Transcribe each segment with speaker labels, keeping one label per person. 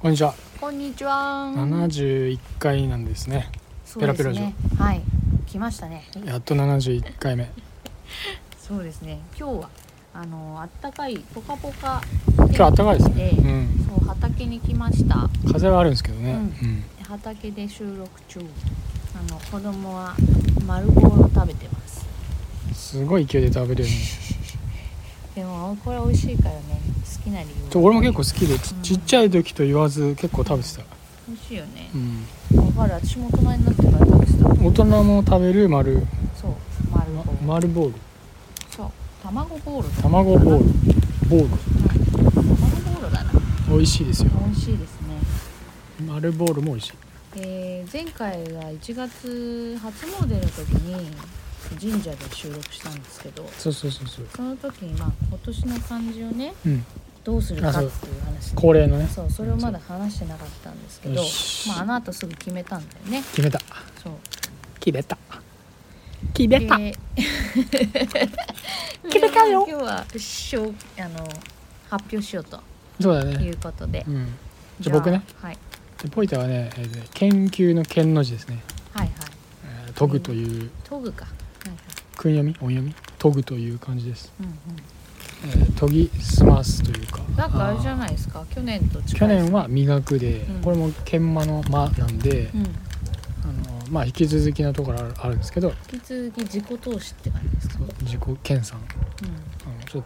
Speaker 1: こんにちは。
Speaker 2: こんにちは。
Speaker 1: 七十一回なんですね。
Speaker 2: そう
Speaker 1: ペ
Speaker 2: です
Speaker 1: ラペラ
Speaker 2: ね。はい。来ましたね。
Speaker 1: やっと七十一回目。
Speaker 2: そうですね。今日はあのあったかいポカポカ
Speaker 1: 今日暖かいですね。
Speaker 2: 天気
Speaker 1: う
Speaker 2: で
Speaker 1: ん。
Speaker 2: そう畑に来ました。
Speaker 1: 風はあるんですけどね。う
Speaker 2: うん
Speaker 1: ん。
Speaker 2: で畑で収録中。あの子供は丸ボール食べてます。
Speaker 1: すごい勢いで食べれるね。
Speaker 2: でもこれ美味しいからね。好きな理
Speaker 1: ち
Speaker 2: 由。
Speaker 1: ょ俺も結構好きで、ち
Speaker 2: うん
Speaker 1: ちっちゃい時と言わず結構食べてた。
Speaker 2: 美味しいよね
Speaker 1: う。ん。
Speaker 2: わかる。私も大人になってから食べてた。
Speaker 1: 大人も食べる丸
Speaker 2: そう。丸ボ
Speaker 1: ま
Speaker 2: ー
Speaker 1: 丸
Speaker 2: ル。
Speaker 1: ボール、
Speaker 2: そう。卵ボールとか。
Speaker 1: 卵ボール
Speaker 2: うん。、
Speaker 1: ボール
Speaker 2: 卵ボールだな。
Speaker 1: 美味しいですよ。
Speaker 2: 美味しいですね。
Speaker 1: 丸ボールも美味しい。
Speaker 2: えー前回が1月初詣の時に神社で収録したんですけど
Speaker 1: そうそうそうそう。
Speaker 2: その時にまあ今年の漢字をね
Speaker 1: うん。
Speaker 2: どうするか
Speaker 1: あ
Speaker 2: って
Speaker 1: そ
Speaker 2: いうう話
Speaker 1: 恒例のね。
Speaker 2: そうそれをまだ話してなかったんですけど
Speaker 1: よし、
Speaker 2: まあ、あのあとすぐ決めたんだよね
Speaker 1: 決めた。
Speaker 2: そう
Speaker 1: 決めた。 決めた。
Speaker 2: で
Speaker 1: 決めた よ
Speaker 2: 今日はしょうあの発表しようと
Speaker 1: そうだ
Speaker 2: い
Speaker 1: ね。
Speaker 2: うことで、
Speaker 1: うん。じゃあ僕ね。
Speaker 2: はい
Speaker 1: でポイタはね、えーね研究の研の字ですね。
Speaker 2: はいはい
Speaker 1: えー研ぐという
Speaker 2: 研ぐかはいは
Speaker 1: 訓読み音読み研ぐという感じです、
Speaker 2: いうんうん
Speaker 1: えー研ぎ澄ますというか
Speaker 2: なんかあれじゃ
Speaker 1: い
Speaker 2: ないですか去年と近い
Speaker 1: 去年は磨くで、
Speaker 2: うん
Speaker 1: これも研磨の間なんで、
Speaker 2: うん
Speaker 1: あのまあ引き続きのところあるあるんですけど
Speaker 2: 引き続き自己投資って感じですかね、
Speaker 1: 自己研鑽、
Speaker 2: う
Speaker 1: うん、ちょっ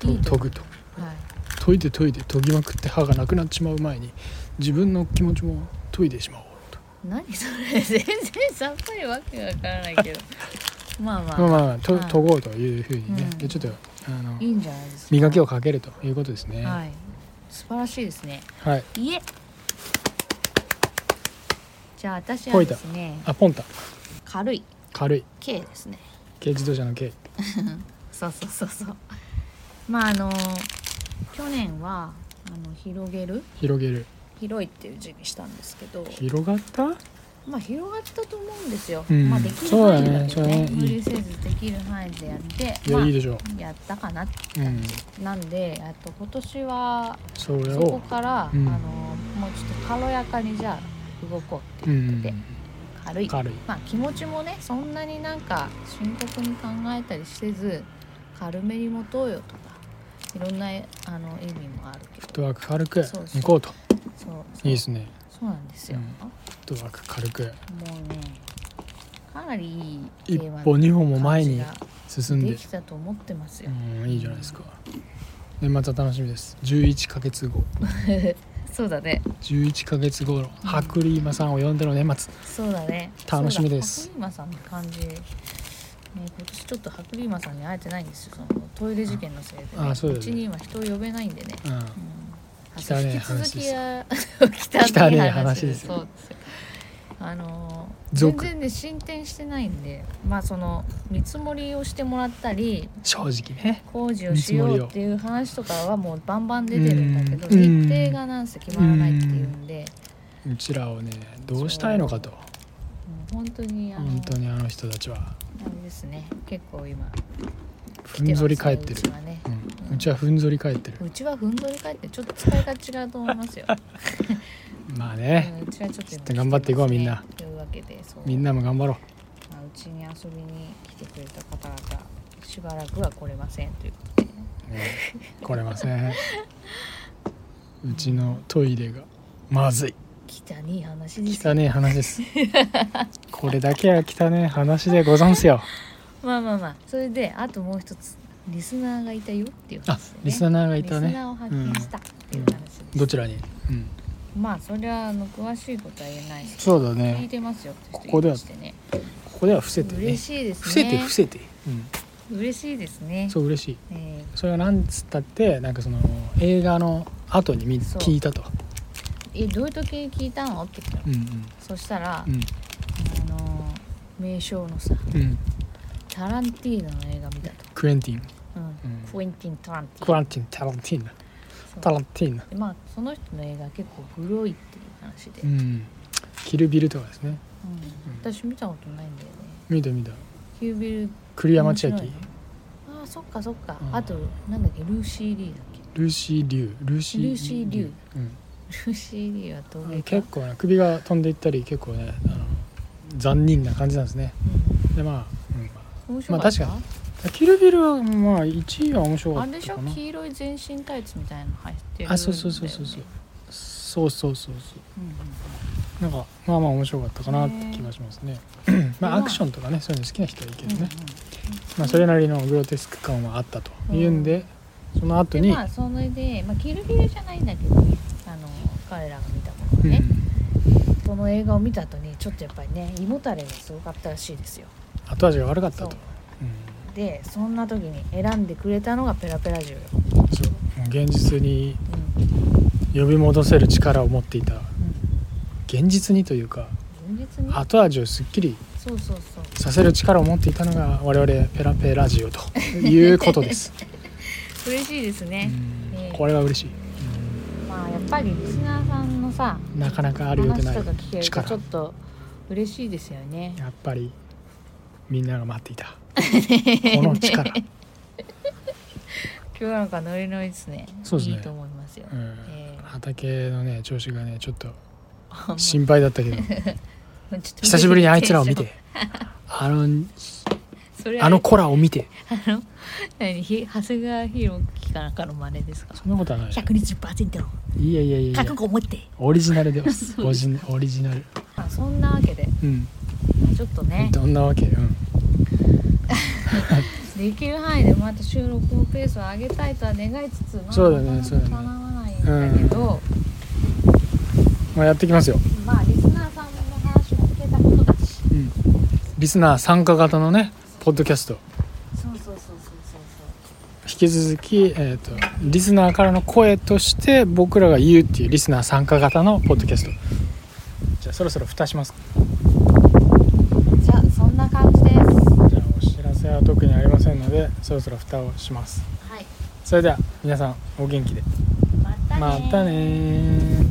Speaker 1: と
Speaker 2: いい
Speaker 1: と
Speaker 2: と
Speaker 1: 研
Speaker 2: こ
Speaker 1: ぐと
Speaker 2: ん、はい
Speaker 1: 研いで研いで研ぎまくって歯がなくなっちまう前に自分の気持ちも研いでしまおうと
Speaker 2: 何それ全然さっぱりわけわからない けどまあまあ、
Speaker 1: まあまあと
Speaker 2: はい
Speaker 1: 研ごうというふうにね、
Speaker 2: うん
Speaker 1: でちょっとあの
Speaker 2: いいんじゃないですか
Speaker 1: 磨きをかけるということですね
Speaker 2: はい素晴らしいですね
Speaker 1: はい、
Speaker 2: いえじゃあ私
Speaker 1: ほ
Speaker 2: はい
Speaker 1: だ
Speaker 2: ですね
Speaker 1: あポンタ
Speaker 2: 軽い
Speaker 1: 軽い
Speaker 2: K ですね
Speaker 1: 軽自動車の軽
Speaker 2: そうそうそうそうまああの去年はあの広げる
Speaker 1: 広げる
Speaker 2: 広いっていう字にしたんですけど
Speaker 1: 広がった
Speaker 2: まあ広がったと思うんですよ。
Speaker 1: うん
Speaker 2: まあできる範
Speaker 1: そう
Speaker 2: 囲だけど
Speaker 1: だ
Speaker 2: ね
Speaker 1: ねそれね
Speaker 2: 無理せずできる範囲でやって、
Speaker 1: いや、
Speaker 2: まあ、
Speaker 1: いいでしょ
Speaker 2: やったかな
Speaker 1: う、うん、
Speaker 2: なんで、あと今年は
Speaker 1: それ
Speaker 2: そこ
Speaker 1: を
Speaker 2: から、
Speaker 1: うん
Speaker 2: あのもうちょっと軽やかにじゃあ動こう
Speaker 1: う
Speaker 2: っ
Speaker 1: ん
Speaker 2: て軽い。
Speaker 1: 軽い
Speaker 2: まあ気持ちもねそんなになんか深刻に考えたりせず軽めに持とうよとかいろんなあの意味もあるけ
Speaker 1: フット
Speaker 2: ど
Speaker 1: ワーク軽く
Speaker 2: そうそう
Speaker 1: 行こうと
Speaker 2: そうそう
Speaker 1: いいですね
Speaker 2: そうなんですよ、
Speaker 1: うんフットワーク軽く
Speaker 2: もうねかなりいい
Speaker 1: 一
Speaker 2: テーマの
Speaker 1: 歩二歩も前に
Speaker 2: 感じが
Speaker 1: 進んで
Speaker 2: できたと思ってますよ、
Speaker 1: うんいいじゃないですか年末は楽しみです11ヶ月後
Speaker 2: そうだね
Speaker 1: 11ヶ月後の白リーマさんを呼んでの年末
Speaker 2: そうだね
Speaker 1: 楽しみです
Speaker 2: そうだ白リーマさんって感じね今年ちょっと白リーマさんに会えてないんですよそのトイレ事件のせいで、ね、
Speaker 1: あそうだよね
Speaker 2: ちに今人を呼べないんでね、
Speaker 1: うん
Speaker 2: うん、あ
Speaker 1: 汚
Speaker 2: と
Speaker 1: い
Speaker 2: 引き続
Speaker 1: 話で
Speaker 2: き
Speaker 1: す
Speaker 2: は 汚い
Speaker 1: 汚い話
Speaker 2: 話
Speaker 1: で
Speaker 2: ですす
Speaker 1: よ
Speaker 2: そうですよあのー全
Speaker 1: 俗
Speaker 2: 然ね進展してないんでまあその見積もりをしてもらったり
Speaker 1: 正直ね
Speaker 2: 工事をしようっていう話とかはもうバンバン出てるんだけど
Speaker 1: うん
Speaker 2: 日程がなんせ決まらないっていうんで
Speaker 1: うちらをねどうしたいのかと
Speaker 2: もう本当にあの
Speaker 1: 本当にあの人たちは
Speaker 2: あれですね結構今
Speaker 1: ふんぞり返って
Speaker 2: 来ますねうち
Speaker 1: る
Speaker 2: はね
Speaker 1: うんうちはふんぞり返ってる
Speaker 2: うちはふんぞり返ってちょっと使い方違うと思いますよ
Speaker 1: まあね
Speaker 2: うんうちはちょっと今来てますね
Speaker 1: ちょっと頑張っていこうみんな
Speaker 2: というわけでそう
Speaker 1: みんなも頑張ろう
Speaker 2: まあうちに遊びに来てくれた方々しばらくは来れませんということで
Speaker 1: 来れませんうちのトイレがまずい
Speaker 2: 汚い話です
Speaker 1: 汚ねえ話ですこれだけは汚ねえ話でござんすよ
Speaker 2: まあまあまあそれであともう一つリスナーがいたよっていう話
Speaker 1: あ
Speaker 2: ですね
Speaker 1: リスナーがいた
Speaker 2: リスナ
Speaker 1: ね
Speaker 2: ーを発見したっていう話です、
Speaker 1: どちらに、うん、
Speaker 2: まあそれはあの詳しいことは言えないです
Speaker 1: そうだ
Speaker 2: 聞い
Speaker 1: ね
Speaker 2: てますよ
Speaker 1: ここでは
Speaker 2: って人いましてね
Speaker 1: ここでは伏せてね
Speaker 2: 嬉しいですね
Speaker 1: 伏せて伏せて、
Speaker 2: 嬉しいです
Speaker 1: う
Speaker 2: ね
Speaker 1: ん、そう嬉しい
Speaker 2: え
Speaker 1: それはなんつったってなんかその映画の後に見
Speaker 2: そう
Speaker 1: 聞いたと、
Speaker 2: ーえどういう時に聞いたのって聞いたの
Speaker 1: うん
Speaker 2: そしたら、
Speaker 1: うん
Speaker 2: あのー名称のさ
Speaker 1: うんうん、
Speaker 2: タランティーノの映画見たと、
Speaker 1: クエンティン
Speaker 2: うん
Speaker 1: うん
Speaker 2: クエンティン・タランティ
Speaker 1: クエ
Speaker 2: ーノ
Speaker 1: ンティンタランティーナ
Speaker 2: そう
Speaker 1: タランティーナ
Speaker 2: でまあその人の映画結構古いっていう話で、
Speaker 1: う
Speaker 2: うん
Speaker 1: んキルビルとかですね
Speaker 2: 私見たことないんだよね
Speaker 1: 見た見た
Speaker 2: キュービル
Speaker 1: 栗山千明
Speaker 2: 面白いねあーそっかそっか、
Speaker 1: うん
Speaker 2: あとなんだっけルーシー・リーだっけ
Speaker 1: ルーシー・リュウルーシー・
Speaker 2: ルーシーリュウ
Speaker 1: うん
Speaker 2: ルーシー・リーは陶芸家
Speaker 1: 結構ね首が飛んでいったり結構ねあの残忍な感じなんですねでまあ、うん
Speaker 2: うん、面白かった、
Speaker 1: まあキルビルはまあ1位は面白か
Speaker 2: あ
Speaker 1: っ
Speaker 2: れでしたょ
Speaker 1: かな
Speaker 2: 黄色い全身タイツみたいなの入ってるんだよね、
Speaker 1: あそうそうそうそうそうそうそうそうそう
Speaker 2: うんうん
Speaker 1: なんかまあまあ面白かったかなって気がしますねまあアクションとかねそういうの好きな人はいいけ
Speaker 2: うん
Speaker 1: どね、
Speaker 2: うん
Speaker 1: まあ、それなりのグロテスク感はあったというんで、その後
Speaker 2: で
Speaker 1: に、
Speaker 2: まあそれで、まあ、キルビルじゃないんだけどねあの彼らが見たものは
Speaker 1: うん
Speaker 2: ね、その映画を見た後にちょっとやっぱりね胃もたれがすごかったらしいですよ
Speaker 1: 後味が悪かったと
Speaker 2: そう
Speaker 1: うん
Speaker 2: でそんな時に選んでくれたのがペラペラ銃よ、
Speaker 1: そう現実に
Speaker 2: うん
Speaker 1: 呼び戻せる力を持っていた現実にというか
Speaker 2: うん、現実に
Speaker 1: 後味をすっきり
Speaker 2: そうそうそう
Speaker 1: させる力を持っていたのが我々ペラペラジオということです、
Speaker 2: 嬉しいです
Speaker 1: う
Speaker 2: ね、
Speaker 1: ん
Speaker 2: え、え
Speaker 1: これは嬉しい、
Speaker 2: まあやっぱりリスナーさんのさ
Speaker 1: なかなかありよ
Speaker 2: 話
Speaker 1: うでない
Speaker 2: とか聞けると
Speaker 1: 力
Speaker 2: ちょっと嬉しいですよね
Speaker 1: やっぱりみんなが待っていたこの力、
Speaker 2: 今日なんかノリノリですね
Speaker 1: そうですね
Speaker 2: いいと思いますよ、
Speaker 1: うん
Speaker 2: ええ
Speaker 1: 畑のね調子がねちょっと
Speaker 2: あんま
Speaker 1: 心配だったけど
Speaker 2: ちょっと
Speaker 1: 久しぶりにあいつ らを見てあの
Speaker 2: それ
Speaker 1: あの子らを見て
Speaker 2: 何ひ長谷川博樹かなんかの真似ですか
Speaker 1: そんなことはない
Speaker 2: 120%
Speaker 1: いやいやいやいや
Speaker 2: を持って
Speaker 1: オリジナル でますオリジオリジナル
Speaker 2: まあそんなわけで
Speaker 1: うん
Speaker 2: まあちょっとね
Speaker 1: どんなわけうん
Speaker 2: できる範囲でまた収録のペースを上げたいとは願いつつまあ
Speaker 1: そうだね
Speaker 2: なか
Speaker 1: そう
Speaker 2: な
Speaker 1: だ
Speaker 2: か
Speaker 1: ね
Speaker 2: 叶わないんだけど、
Speaker 1: まあやってきますよ、
Speaker 2: まあリスナーさんの話も聞けたことだし
Speaker 1: うん、リスナー参加型のねポッドキャスト
Speaker 2: そうそうそうそうそう
Speaker 1: 引き続き、えー、とリスナーからの声として僕らが言うっていうリスナー参加型のポッドキャストじゃあそろそろ蓋しますか
Speaker 2: そうじゃあそんな感じですは
Speaker 1: じゃあお知らせは特にありませんのでそろそろ蓋をします
Speaker 2: い
Speaker 1: それでは皆さんお元気で
Speaker 2: またね
Speaker 1: またねー